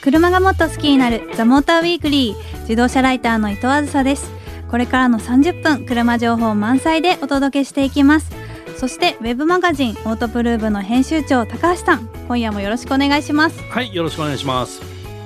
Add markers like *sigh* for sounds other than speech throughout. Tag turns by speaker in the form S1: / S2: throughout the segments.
S1: 車がもっと好きになるザモーターウィークリー自動車ライターの伊藤あずさですこれからの30分車情報満載でお届けしていきますそしてウェブマガジンオートプルーブの編集長高橋さん今夜もよろしくお願いします
S2: はい、よろしくお願いします。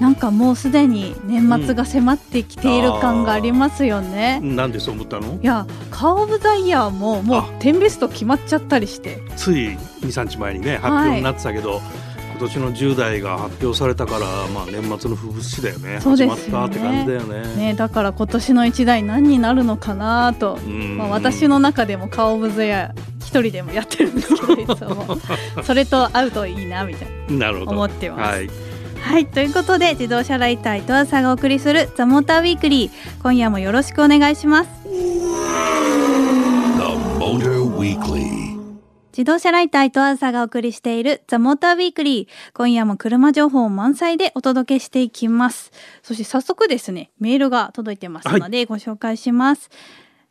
S1: なんかもうすでに年末が迫ってきている感がありますよね、
S2: なんでそう思ったの
S1: い？やカーオブザイヤーももう
S2: あ
S1: 10ベスト決まっちゃったりして
S2: つい二三日前にね発表になってたけど、今年の10代が発表されたから、まあ年末の風物詩だよね。
S1: そうです
S2: 始ま
S1: よね
S2: ったって感じだよね。
S1: ねだから今年の一台何になるのかなと
S2: うん
S1: まあ、私の中でもカーオブザイヤー一人でもやってるんですけどいつ
S2: *laughs*
S1: もそれと合うといいなみたい
S2: なる
S1: な
S2: ほ
S1: 思
S2: ど。
S1: ってます。
S2: は
S1: はいい、、ということで自動車ライター伊藤浅がお送りする「ザ・モーターウィークリー今夜もよろしくお願いします
S3: The Motor Weekly.
S1: 自動車ライター伊藤浅がお送りしている「ザ・モーターウィークリー今夜も車情報満載でお届けしていきますそして早速ですねメールが届いてますのでご紹介します、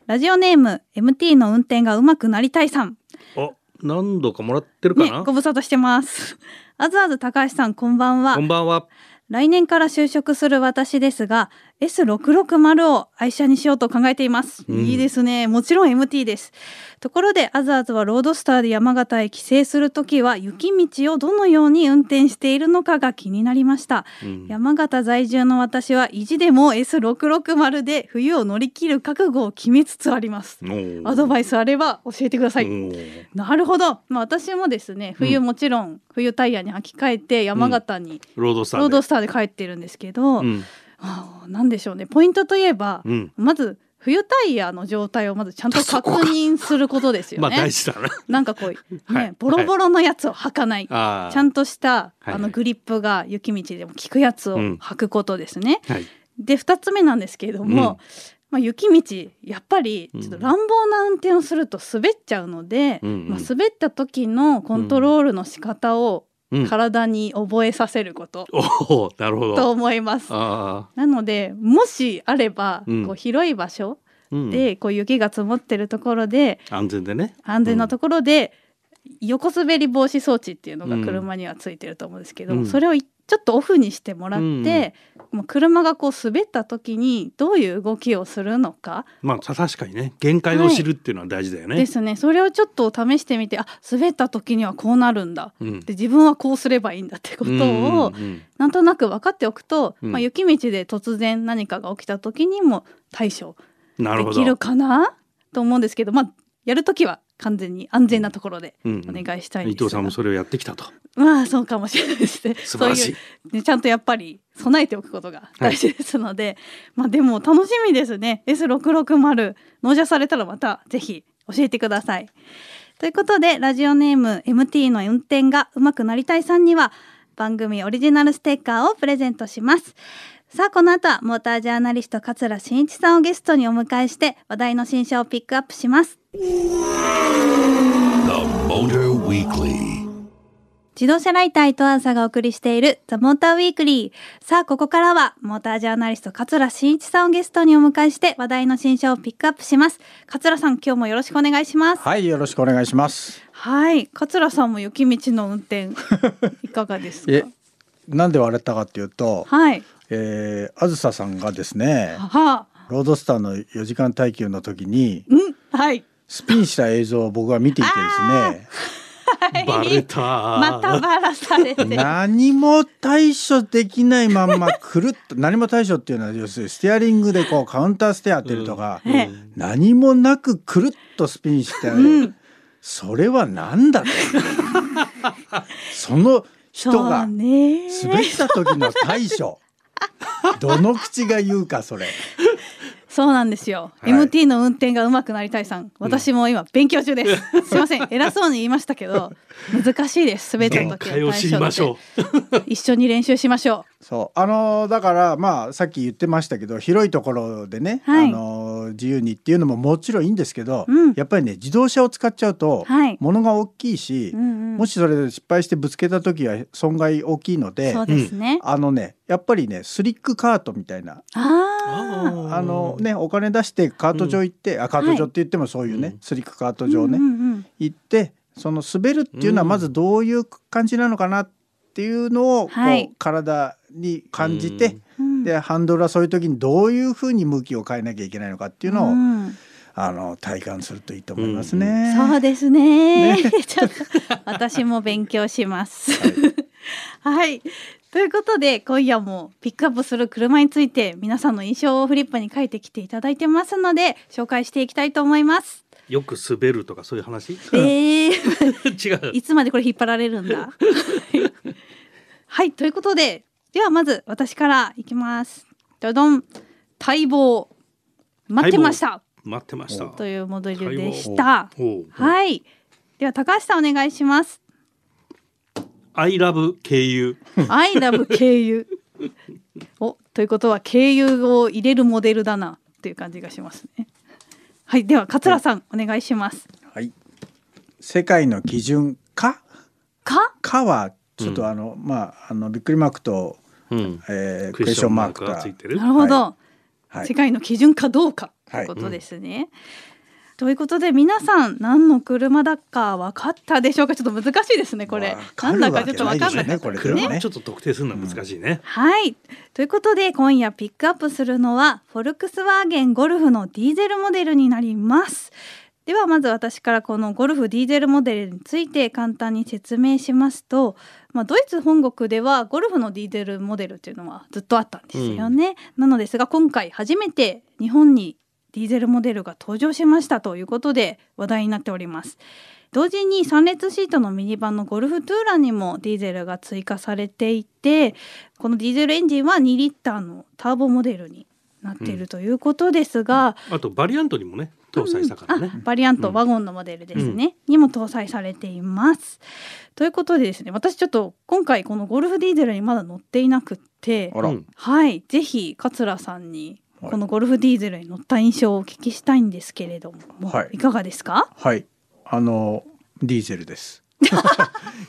S1: ラジオネーム MT の運転がうまくなりたいさん
S2: お、何度かもらってるか
S1: ね
S2: な？、
S1: ご無沙汰してます。 *laughs* あずあず高橋さん、こんばんは
S2: こ。んばんは。
S1: 来年から就職する私ですが、S660 を愛車にしようと考えています。
S2: うん
S1: いいですね。もちろん MT です。ところで、あずあずはロードスターで山形へ帰省するときは、雪道をどのように運転しているのかが気になりました。
S2: うん
S1: 山形在住の私は、意地でも S660 で冬を乗り切る覚悟を決めつつあります。アド
S2: イ
S1: バイスあれば教えてください。
S2: い。
S1: なるほど、まあ、私もですね冬もちろん冬タイヤに履き替えて山形に
S2: ロードスターで。
S1: ロードスターで帰ってるんですけど、
S2: うん、
S1: ああなんでしょうねポイントといえば、
S2: うん。
S1: まず冬タイヤの状態をまずちゃん
S2: *laughs*
S1: と確認することですよ
S2: まあ
S1: ね。
S2: 大事だな。
S1: なんかこう、ね
S2: はい
S1: ボロボロのやつを履かない、
S2: ああ。
S1: ちゃんとした
S2: はい
S1: あのグリップが雪道でも効くやつを
S2: うん
S1: 履くことですね。
S2: はい。
S1: で2つ目なんですけれども、
S2: うん
S1: まあ、雪道やっぱりちょっと乱暴な運転をすると滑っちゃうので、
S2: うんうん
S1: まあ、滑った時のコントロールの仕方を
S2: うん。
S1: 体に覚えさせること
S2: おお、なるほ
S1: と
S2: ど。
S1: 思います。
S2: ああ。
S1: なのでもしあれば、
S2: うん
S1: こう広い場所
S2: うん、
S1: でこう雪が積もってるところで
S2: 安全でね。
S1: 安全なところで横滑り防止装置っていうのが車にはついてると思うんですけど、
S2: うん
S1: それをいちょっとオフにしてもらっ
S2: うん
S1: て、もう車がこう滑った時にどういう動きをするのか
S2: まあた確かにね、限界を知るっていうのは大事だよね。
S1: ですねそれをちょっと試してみてあ滑った時にはこうなるんだ
S2: うん。
S1: で自分はこうすればいいんだってことを
S2: うんうんうん
S1: なんとなく分かっておくと、
S2: うん
S1: まあ、雪道で突然何かが起きた時にも対処
S2: なる
S1: で
S2: ほど
S1: きるかなと思うんですけど、まあ、やる時は完全に安全なところで
S2: うん
S1: お願いしたいん
S2: 伊
S1: ですが
S2: 藤さんもそれをやってきたと
S1: まあそうかもしれないですね。
S2: 素晴らしい
S1: そういうねちゃんとやっぱり備えておくことが大事ですので、まあでも楽しみですね。S660 納車されたらまたぜひ教えてください。ということでラジオネーム MT の運転がうまくなりたいさんには番組オリジナルステッカーをプレゼントします。さあこの後はモータージャーナリスト桂真一さんをゲストにお迎えして話題の新車をピックアップします。
S3: The Motor
S1: *laughs*
S3: Weekly.
S1: 自動車ライター伊藤アンサがお送りしているザモーターウィークリー。さあ、ここからはモータージャーナリスト桂真一さんをゲストにお迎えして話題の新車をピックアップします。桂さん、今日もよろしくお願いします。
S4: はい、よろしくお願いします。
S1: はい、桂さんも雪道の運
S4: *laughs*
S1: 転いかがです
S4: え
S1: か。、
S4: なんで笑ったかっていうと、
S1: はい。
S4: えー、あずささんがですね、
S1: はあ、
S4: ロードスターの4時間耐久の時に
S1: うん、はい。
S4: スピンした映像を僕が見ていてです
S2: バレた
S1: *laughs* またバラされて。
S4: ね、 *laughs* 何も対処できないまんまくるっ
S1: *laughs*
S4: と何も対処っていうのは要するにステアリングでこうカウンターステア当てるとか、
S1: ええ
S4: 何もなくくるっとスピンして、
S1: うん
S4: それはな
S1: *laughs*
S4: んだと。その人
S1: そ
S4: が
S1: うね。
S4: 滑った時の
S1: *laughs*
S4: 対処どの口が言うかそれ
S1: そうなんですよ、
S2: はい
S1: MT の運転が上手くなりたいさん私も今勉強中です、すいません偉そうに言いましたけど難しいです滑った時
S2: 限
S1: の対
S2: 界を知りましょ
S1: 処って一緒に練習しましょ
S4: そうあのーだからまあさっき言ってましたけど広いところでね、
S1: はい
S4: あのー自由にっていうのももちろんいいんですけど、
S1: うん
S4: やっぱりね自動車を使っちゃうと、
S1: はい
S4: 物が大きいし、
S1: う、うんうん
S4: もしそれで失敗してぶつけた時は損害大きいので
S1: そうですね、
S4: あのねやっぱりねスリックカートみたいな
S2: う。
S1: ああ
S4: あのねお金出してカート場行って、あカート場って言ってもそういうね、
S2: はい
S4: スリックカート場ね、行ってその滑るっていうのは
S2: うん
S4: まずどういう感じなのかなっていうのをこう
S1: はい
S4: 体に感じて、
S1: うん
S4: でハンドルはそういう時にどういうふうに向きを変えなきゃいけないのかっていうの
S1: う
S4: を、
S1: ん
S4: あの体感するといいと思いますね。
S1: そうですね。
S4: ね
S1: *laughs* ちょっと私も勉強
S2: *laughs*
S1: します。はい、ということで今夜もピックアップする車について皆さんの印象をフリップに書いてきていただいてますので紹介していきたいと思います。
S2: よく滑るとかそういう話違
S1: えー、 *laughs*
S2: *laughs* う
S1: いつまでこれ引っ張られるん
S2: *laughs*
S1: だ。はい、ということで、ではまず私からいきます。どどん、待望。待ってました。
S2: 待ってました
S1: というモデル
S2: 待望
S1: でした。
S2: おう
S1: はい。では高橋さんお願いします。
S2: アイラブ経由
S1: I love 経由。お、ということは経由を入れるモデルだなという感じがしますね。はい、では桂さんお願いします。
S4: はい、世界の基準か
S1: か、
S4: かはちょっとあの、まああのびっくりマークと、
S2: うん
S4: えー
S2: ク
S4: ク
S2: エス
S4: エス
S2: チョ
S4: チョ
S2: ン
S4: ン
S2: マ
S4: マ
S2: ー
S4: ー
S2: ク
S4: ク
S2: が
S4: が
S2: ついてる
S1: なるほど。
S4: はい
S1: 世界の基準かどうかと
S4: は
S1: い
S4: い
S1: うことですね。ということで皆さん何の車だか分かったでしょうかちょっと難しいですねこれ
S4: わ。か
S1: なん
S4: る
S1: だ
S4: わ
S1: か
S4: け
S1: ちょっと分かんな
S4: ない
S1: か
S4: で
S1: っ
S4: しょ
S1: たで
S4: うねこれですも
S1: ね
S4: ね。
S2: 車ちょっと特定するのは難しいね、
S1: はい。ということで今夜ピックアップするのはフォルクスワーゲンゴルフのディーゼルモデルになります。ではまず私からこのゴルフディーゼルモデルについて簡単に説明しますと、まあ、ドイツ本国ではゴルフのディーゼルモデルっていうのはずっとあったんですよね。なのですが今回初めて日本にディーゼルモデルが登場しましたということで話題になっております。同時に3列シートのミニバンのゴルフトゥーラにもディーゼルが追加されていてこのディーゼルエンジンは2リッターのターボモデルになっているということですが、
S2: あとバリアントにもね搭載したからね
S1: あ、バリアント、
S2: うん
S1: ワゴンのモデルですね、にも搭載されています。ということでですね私ちょっと今回このゴルフディーゼルにまだ乗っていなくって
S4: あら、
S2: うん
S1: はいぜひ桂さんに
S4: はい
S1: このゴルフディーゼルに乗った印象をお聞きしたいんですけれども、
S4: はい
S1: い、かがですか
S4: はい、あのディーゼルです。 *laughs*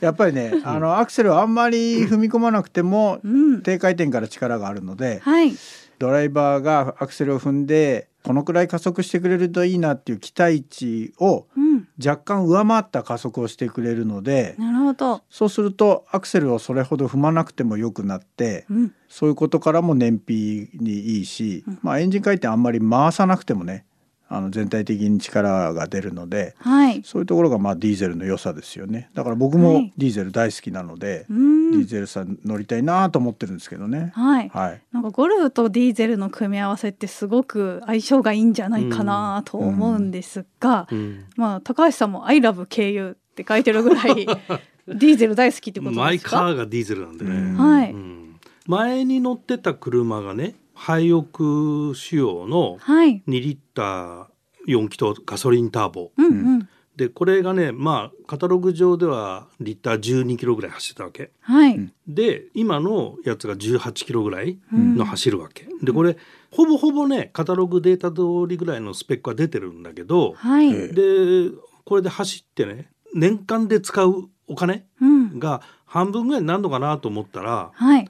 S4: やっぱりね、あのアクセルをあんまり踏み込まなくても、
S1: うん
S4: 低回転から力があるので、
S1: はい
S4: ドライバーがアクセルを踏んでこのくらい加速してくれるといいなっていう期待値を
S1: うん、
S4: 若干上回った加速をしてくれるので、
S1: なるほど、
S4: そうするとアクセルをそれほど踏まなくても良くなって、
S1: うん、
S4: そういうことからも燃費にいいし、
S1: うん
S4: まあエンジン回転あんまり回さなくてもね、あの全体的に力が出るので。
S1: はい
S4: そういうところがまあディーゼルの良さですよね。だから僕
S1: は
S4: も
S1: い
S4: ディーゼル大好きなので、
S1: う
S4: ディー
S1: ん
S4: ゼルさん乗りたいなと思ってるんですけどね。
S1: はい
S4: はい。
S1: なんかゴルフとディーゼルの組み合わせってすごく相性がいいんじゃないかなと思うんですが、
S2: うん
S1: まあ高橋さんも「I love 経由」って書いてるぐらいディーゼル大好きってこと
S2: マ
S1: で
S2: イ
S1: すか
S2: カーがディーゼルなんでね、
S4: うん
S1: はい、
S2: うん前に乗ってた車がね廃屋仕様の
S1: は
S2: 2
S1: い
S2: リッター4気筒ガソリンターボ
S1: うんうん
S2: でこれがねまあカタログ上ではリッター12キロぐらい走ってたわけ
S1: はい、
S4: うん
S2: で今のやつが18キロぐらい
S1: うん
S2: の走るわけ、でこれほぼほぼねカタログデータ通りぐらいのスペックは出てるんだけど、
S1: はい、
S4: え
S2: でこれで走ってね年間で使うお金
S1: うん
S2: が半分ぐらいになるのかなと思ったら
S1: はい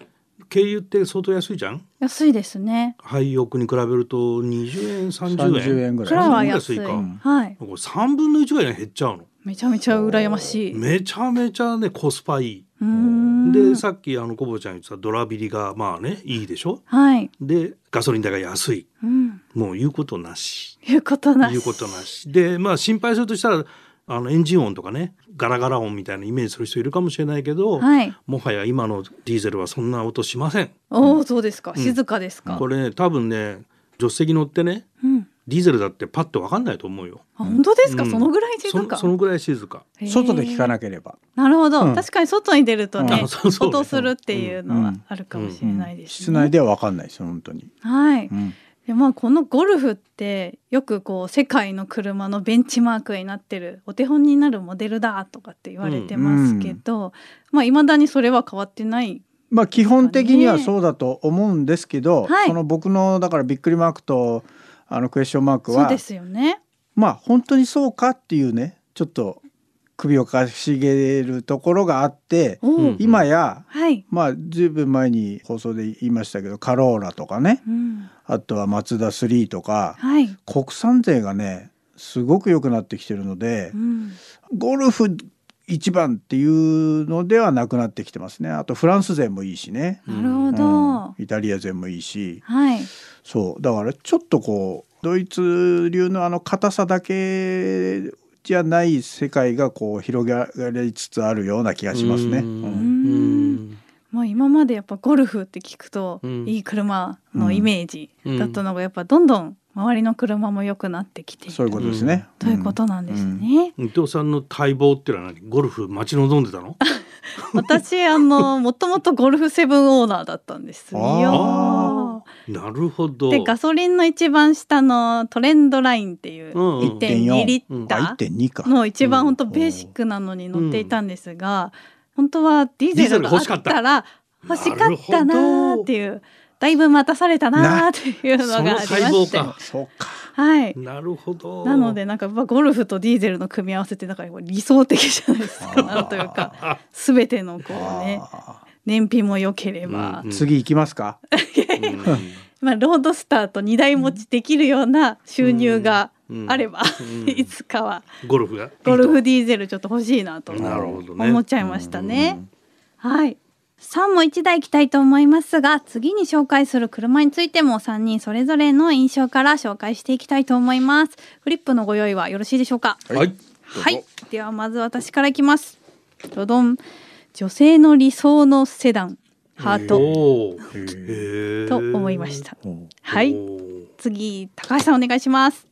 S2: 軽油って相当安いじゃん
S1: 安いですね
S2: 廃屋に比べると20円30円
S4: 30円ぐらい
S1: それは安い
S2: 30円ぐらい
S4: うん
S1: はい
S2: これ3分の1ぐらいに減っちゃうの
S1: めちゃめちゃ羨ましいう
S2: めちゃめちゃねコスパいい、
S1: ーん
S2: でさっきあのコボちゃん言ってたドラビリがまあねいいでしょ
S1: はい、
S2: でガソリン代が安い
S1: うん、
S2: もう言うことなし
S1: いうことなし
S2: 言うことなしでまあ心配するとしたらあのエンジン音とかねガラガラ音みたいなイメージする人いるかもしれないけど、
S1: はい
S2: もはや今のディーゼルはそんな音しません
S1: おおそうですか、
S2: うん
S1: 静かですか、
S2: これね多分ね助手席乗ってね
S1: うん、
S2: ディーゼルだってパッと分かんないと思うよ
S1: あ本当ですか、
S2: うん
S1: そのぐらい静
S2: そ
S1: か
S2: そのぐらい静か
S1: へー
S4: 外で聞かなければ。
S1: なるほど、
S4: うん
S1: 確かに外に出るとね
S2: あそうそう
S1: 音するっていうの
S4: う
S1: は
S4: ん
S1: あるかもしれないです
S4: 室
S1: ね。
S4: 内では分かんないですよ本当に。
S1: はい
S4: うん
S1: でまあこのゴルフってよくこう世界の車のベンチマークになってるお手本になるモデルだとかって言われてますけど、まあいまだにそれは変わってない。
S4: まあ基本的にはそうだと思うんですけど、
S1: はい
S4: その僕のだからびっくりマークとあのクエスチョンマーク
S1: そう
S4: は
S1: ですよね。
S4: まあ本当にそうかっていうねちょっと首をかしげるところがあって
S1: おお、
S2: うん
S4: 今や
S1: はい。
S4: まあ随分前に放送で言いましたけどカローラとかね
S1: うん、
S4: あとはマツダ3とか
S1: はい。
S4: 国産勢がねすごく良くなってきてるので
S1: うん、
S4: ゴルフ一番っていうのではなくなってきてますねあとフランス勢もいいしね、
S1: なるほど、
S4: うんイタリア勢もいいし
S1: はい
S4: そうだからちょっとこうドイツ流のあの硬さだけじゃない世界がこう広がりつつあるような気がしますね。
S2: う
S4: うん
S2: ん
S1: う
S2: うん
S1: もう今までやっぱゴルフって聞くと、
S2: うん
S1: いい車のイメージ
S2: うん
S1: だったのがやっぱどんどん周りの車も良くなってきている
S4: そういうことですね。
S1: ということなんですね。
S2: 伊藤さんの待望ってのは何ゴルフ待ち望んでたの
S1: 私あのもともとゴルフセブンオーナーだったんです
S4: あ
S1: よ。
S2: なるほど
S1: でガソリンの一番下のトレンドラインっていう
S2: うんうん
S1: 1.2リッ
S4: うん。あ
S1: タ
S4: 1.2か
S1: ー。の一番
S2: うん
S1: 本当ベーシックなのに乗っていたんですが、本当はディ
S2: ディ
S1: ー
S2: ーゼル
S1: ゼル
S2: が
S1: が
S2: 欲しか
S1: あ
S2: っ
S1: ったたら欲しかったなーっていうだいぶ待たされたなーっていうのがありま
S2: その細胞
S1: し
S2: か
S1: て。
S4: そうか。
S1: はい、
S2: なるほど
S1: なのでなんかやっぱゴルフとディーゼルの組み合わせってなんかやっぱ理想的じゃないです
S4: あ
S1: か
S4: ー
S1: なんというか全てのこうね
S4: あ
S1: 燃費も良ければ、
S2: うん
S4: ー次行きますか。
S2: うん
S1: まあ、ロードスターと2台持ちできるような収入があれば、
S2: うん
S1: *laughs* いつかは
S2: ゴルフがいいと
S1: *laughs* ゴルフディーゼルちょっと欲しいなと
S2: なるほどね
S1: 思っちゃいましたね。はい3も1台行きたいと思いますが次に紹介する車についても3人それぞれの印象から紹介していきたいと思います。フリップのご用意はよろしいでしょうか
S2: はい
S1: はい、ではまず私からいきます。どどん、女性の理想のセダン、ハート
S2: おー
S4: へ
S2: へー
S1: と思いました。
S4: うん
S1: はい
S2: お、ー
S1: 次高橋さんお願いします。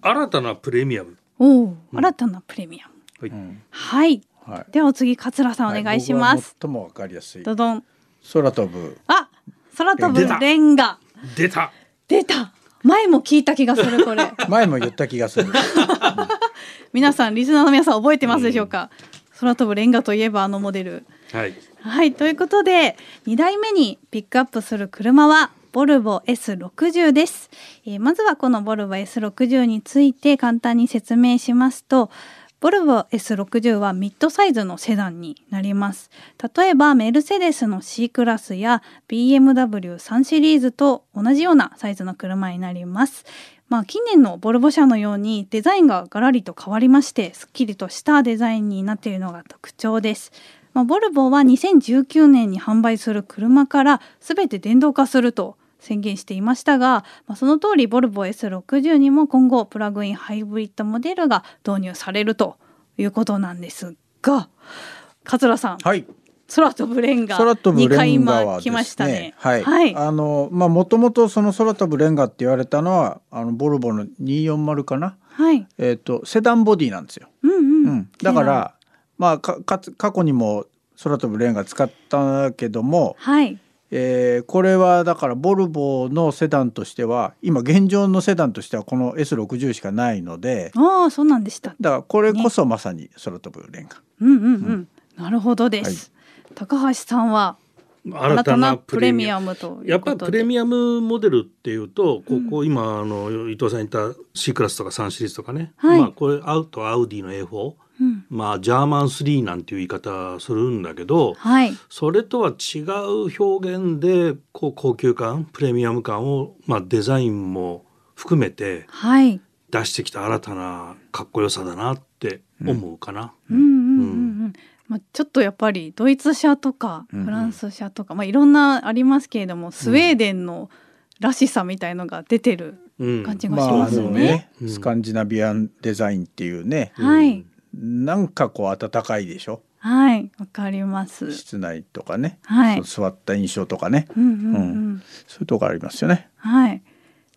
S2: 新たなプレミアム
S1: おお、新たなプレミアム。
S2: はい
S4: うん
S1: はい、
S4: はい。
S1: ではお次桂さんお願いします。
S4: はい僕は最もわかりやすい。
S1: どどん、
S4: 空飛ぶ。
S1: あ、空飛
S2: 出
S1: ぶ
S2: た
S1: レンガ
S2: 出た
S1: 出た。前も聞いた気がするこれ。
S4: 前も言った気が
S1: *laughs*
S4: する。
S1: 皆さんリスナーの皆さん覚えてますでしょうか。空飛ぶレンガといえばあのモデル。
S2: はい
S1: はい、ということで2台目にピックアップする車はボルボ S60 です、えーまずはこのボルボ S60 について簡単に説明しますとボルボ S60 はミッドサイズのセダンになります例えばメルセデスの C クラスや BMW3 シリーズと同じようなサイズの車になりますまあ、近年のボルボ車のようにデザインがガラリと変わりましてすっきりとしたデザインになっているのが特徴です、まあ、ボルボは2019年に販売する車から全て電動化すると宣言していましたが、まあ、その通りボルボ S60 にも今後プラグインハイブリッドモデルが導入されるということなんですが桂さん、
S4: はい。
S1: 空飛ぶレンガ
S4: 空飛ぶレンガ
S1: 二回
S4: は
S1: 今
S4: で
S1: 来
S4: す
S1: ましたね
S4: ね。はい。
S1: はい
S4: あのまあ元々その空飛ぶレンガって言われたのはあのボルボの240かな。
S1: はい
S4: えっ、とセダンボディなんですよ。
S1: うんうん
S4: うん、だから、まあ、かかつ過去にも空飛ぶレンガ使ったけども、
S1: はい
S4: えーこれはだからボルボのセダンとしては今現状のセダンとしてはこの S60 しかないので
S1: ああそうなんでした
S4: だからこれこそまさに空飛ぶレンガ。
S1: うんうんうん、なるほどです。高橋さんは新たなプレミアムとい
S2: や
S1: う
S2: っぱ
S1: こ
S2: り
S1: と
S2: プ
S1: で。
S2: レミアムモデルっていうとこ
S1: ん
S2: こ今あの伊藤さん言った C クラスとか3シリーズとかね、
S1: はい
S2: まあこれアウトアウディの A4
S1: うん、
S2: まあジャーマン3なんていう言い方するんだけど
S1: はい。
S2: それとは違う表現でこう高級感プレミアム感を、まあ、デザインも含めて
S1: はい。
S2: 出してきた新たなかっこよさだなって思うかな。
S1: うんうんうんうん。まあちょっとやっぱりドイツ車とか
S4: うんうん
S1: フランス車とか、まあいろんなありますけれども、スウェーデンのらしさみたいのが出てる
S2: うん
S1: 感じが
S4: ま
S1: し
S4: ああ
S1: ます
S4: の
S1: ね。
S4: ね、
S2: うん
S4: スカンジナビアンデザインっていうね
S2: うん
S1: はい
S4: なんかこう温かいでしょ
S1: はい、わかります。
S4: 室内とかね、
S1: はい。
S4: その座った印象とかね
S1: うんうんう。
S4: うんそういうとこありますよね。
S1: はい。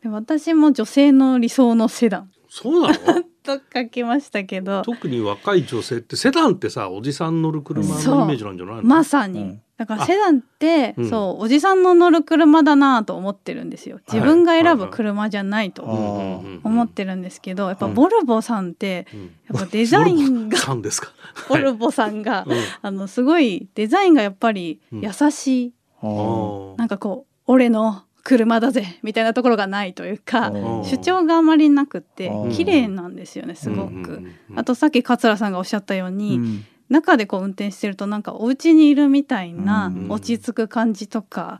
S1: で私も女性の理想のセダン
S2: そうなの
S1: と書きましたけど、
S2: 特に若い女性ってセダンってさおじさん乗る車
S1: そう
S2: のイメージなんじゃないの、
S1: まさに、
S4: うん
S1: だか
S2: あ
S1: らセダンって、
S2: うん
S1: そうおじさんの乗る車だなぁと思ってるんですよ自分が選ぶ車じゃない
S4: はいはい
S1: と
S4: はい
S1: 思ってるんですけどやっぱ
S2: うん
S1: ボルボさんって
S2: うん *laughs*
S1: やっぱデザインが
S2: さんですか。
S1: ボ
S2: はい
S1: ルボさんが、
S2: うん
S1: あのすごいデザインがやっぱり
S2: うん
S1: 優しい、
S4: あ
S2: あ
S1: なんかこう俺の車だぜみたいなところがないというか
S4: うん
S1: 主張があまりなくて
S4: うん
S1: 綺麗なんですよねすご
S2: うんうんう
S1: く。
S2: んうん
S1: あとさっき桂さんがおっしゃったよう
S4: ー
S1: に、
S4: うん
S1: 中でこう運転してるとなんかお家にいるみたいな
S4: うん
S1: 落ち着く感じとか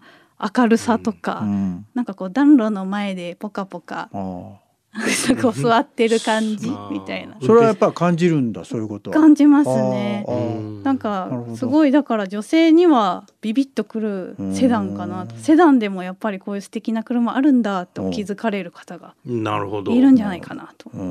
S1: 明るさとか、
S4: うん
S1: *laughs* なんかこう暖炉の前でポカポカ
S4: あー
S1: こう座ってる感じみたいな
S2: あ
S4: それはやっぱ感じるんだそういうことは。
S1: 感じますね
S4: あ。ーあー
S1: なん
S4: なるほ
S1: か
S4: ど
S1: すごいだから女性にはビビッとくるセダンかなと
S4: うん
S1: セダンでもやっぱりこういう素敵な車あるんだと
S4: うん
S1: 気づかれる方が
S2: なるほど
S1: いるんじゃないかなと
S4: うん、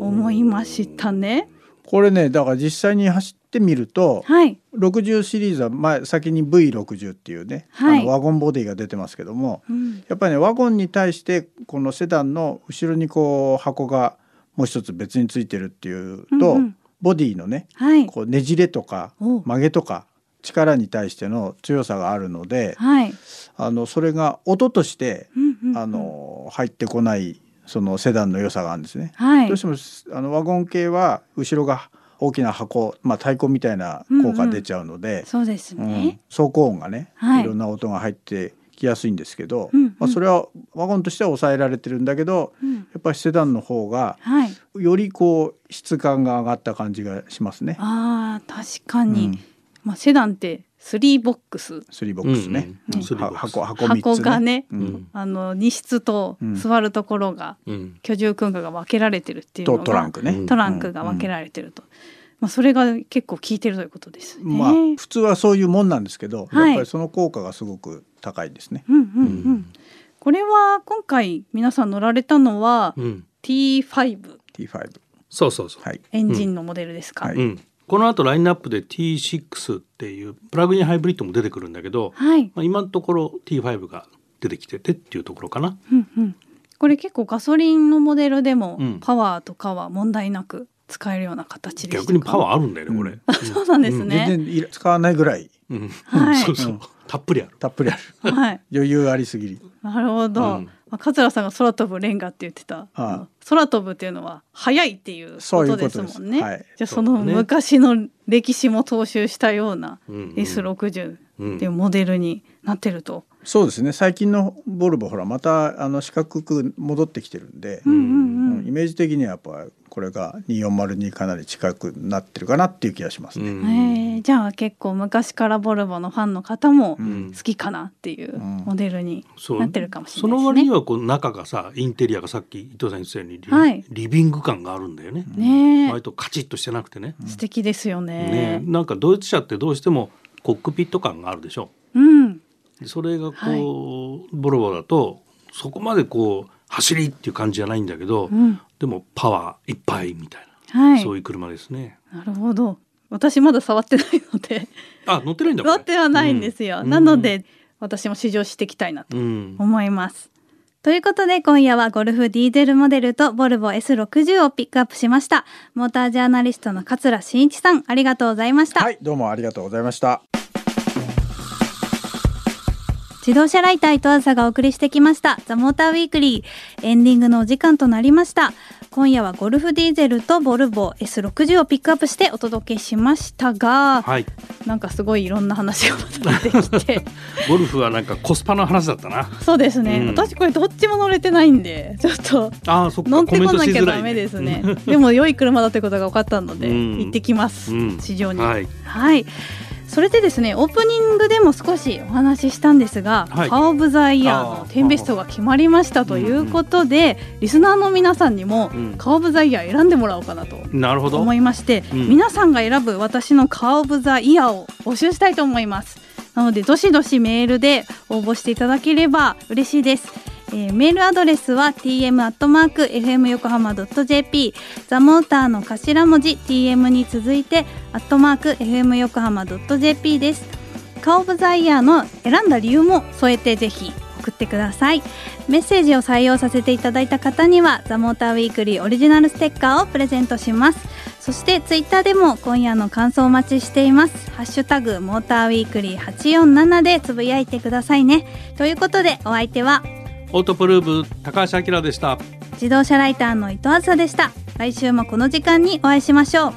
S1: 思
S2: 思
S1: いましたね。
S4: これねだから実際に走ってみると
S1: はい
S4: 60シリーズは前先に V60 っていうね、
S1: はい
S4: あのワゴンボディが出てますけども
S1: うん
S4: やっぱりねワゴンに対してこのセダンの後ろにこう箱がもう一つ別についてるっていうと、
S1: うんうん
S4: ボディのね
S1: はい
S4: こうねじれとか
S1: お
S4: 曲げとか力に対しての強さがあるので
S1: はい
S4: あのそれが音として
S1: うんうんうん
S4: あの入ってこないそのセダンの良さがあるんですね。
S1: はい
S4: どうしてもあのワゴン系は後ろが大きな箱、まあ、太鼓みたいな効果が出ちゃうので、
S1: そうです
S4: うん
S1: ね。
S4: 走行音がね、
S1: はい
S4: い、ろんな音が入ってきやすいんですけど、
S1: うんうん
S4: まあ、それはワゴンとしては抑えられてるんだけど
S1: うん
S4: やっぱりセダンの方が
S1: はい
S4: よりこう質感が上がった感じがしますね。
S1: あー確か
S4: う
S1: に
S4: ん
S1: まあセダンってスリーボックス
S4: スリーボックスね。
S1: うんうん
S4: は箱箱三つ、ね、
S1: 箱がね
S4: う
S2: うんん
S1: あの荷室と
S4: うん
S1: 座るところが
S2: うん
S1: 居住空間が分けられてるっていう
S4: と
S1: の
S4: トラ
S1: が
S4: ンクね。
S2: うん
S1: トランクが分けられてると、まあ、それが結構効いてるということですね。
S4: まあ
S1: うん
S4: 普通はそういうもんなんですけど、
S1: はい
S4: やっぱりその効果がすごく高いですね。
S1: うんうん
S2: うん
S1: これは今回皆さん乗られたのは
S2: うん
S1: T5
S4: T5
S2: そうそうそう
S4: はい。
S1: エンジンのモデルですか、
S4: うんは
S2: うんこの後ラインナップで T6 っていうプラグインハイブリッドも出てくるんだけど、
S1: はい
S2: まあ、今のところ T5 が出てきててっていうところかな。
S1: うんうんこれ結構ガソリンのモデルでも
S2: うん
S1: パワーとかは問題なく使えるような形でしたか
S2: 逆にパワーあるんだよねこれ。
S4: うん
S1: あそうなんですね、
S4: 全然いら使わないぐらい
S2: うん
S1: はい
S2: そうそう、
S4: うん
S2: たっぷりある。
S4: たっぷりある
S1: はい
S4: 余裕ありすぎり
S1: なるほど、
S2: うん
S1: まあ、桂さんが空飛ぶレンガって言ってた、
S4: ああ
S1: 空飛ぶっていうのは速いっていうこ
S4: そういう
S1: と
S4: こと
S1: で
S4: です
S1: すもんね
S4: はい
S1: じゃあ
S2: そ
S1: そう
S2: だね
S1: の昔の歴史も踏襲したような
S2: うんうん
S1: S60 って
S2: うん
S1: いうモデルになってると、
S4: そうですね最近のボルボほらまたあの四角く戻ってきてるんで、
S1: うんうん
S4: うんイメージ的にはやっぱこれが240にかなり近くなってるかなっていう気がします
S2: う
S4: ね。
S1: うんんえーじゃあ結構昔からボルボのファンの方も
S4: う
S2: うん
S1: 好きかなっていうモデルに
S2: そう
S1: なってるかもし
S2: そ
S1: れない
S2: の
S1: です
S2: 割に
S1: ね。
S2: はこう中がさインテリアがさっき伊藤先生にリ,、
S1: はい
S2: リビング感があるんだよね、
S1: ね
S2: 割とカチッとしてなくてね,、
S1: え素敵ですよね
S2: ねなんかドイツ車ってどうしてもコックピット感があるでしょ
S1: うん
S2: それがこう、ボロボロだとそこまでこう走りっていう感じじゃないんだけど、
S1: うん
S2: でもパワーいっぱいみたいな、
S1: はい
S2: そういう車ですね
S1: なるほど私まだ触ってないので
S2: あ乗ってないんだこれ
S1: 乗ってはないんですよ、
S2: うん
S1: なので私も試乗していきたいなと
S2: うん、
S1: 思います、ということで今夜はゴルフディーゼルモデルとボルボ S60 をピックアップしましたモータージャーナリストの桂真一さんありがとうございました、
S4: はいどうもありがとうございました。
S1: 自動車ライター伊藤梓がお送りしてきましたザモーターウィークリーエンディングのお時間となりました今夜はゴルフディーゼルとボルボ S60 をピックアップしてお届けしましたが、
S2: はい
S1: なんかすごいいろんな話がまた出てきて
S2: ゴルフはなんかコスパの話だったな
S1: そうですね、
S2: うん
S1: 私これどっちも乗れてないんでちょっと
S2: あーそっか
S1: 乗って
S2: コメン
S1: こ
S2: ト
S1: な
S2: し
S1: きゃ
S2: づらい
S1: ダメですね。でも良い車だということが分かったので、
S2: うん
S1: 行ってきます、
S2: うん
S1: 市場に。は、
S2: はいい、
S1: それでですねオープニングでも少しお話ししたんですが、
S2: はい
S1: カーオブザイヤーのテンベストが決まりましたということで、リスナーの皆さんにも、
S2: うん
S1: カーオブザイヤー選んでもらおうかなと
S2: なるほど
S1: 思いまして、
S2: うん
S1: 皆さんが選ぶ私のカーオブザイヤーを募集したいと思いますなのでどしどしメールで応募していただければ嬉しいです、えーメールアドレスは tm.fmyokohama.jp ザモーターの頭文字 tm に続いて .fmyokohama.jp ですカーオブザイヤーの選んだ理由も添えてぜひ送ってくださいメッセージを採用させていただいた方にはザモーターウィークリーオリジナルステッカーをプレゼントしますそしてツイッターでも今夜の感想をお待ちしていますハッシュタグモーターウィークリー847でつぶやいてくださいねということでお相手は
S2: オートプルーブ高橋明でした
S1: 自動車ライターの伊藤梓でした来週もこの時間にお会いしましょう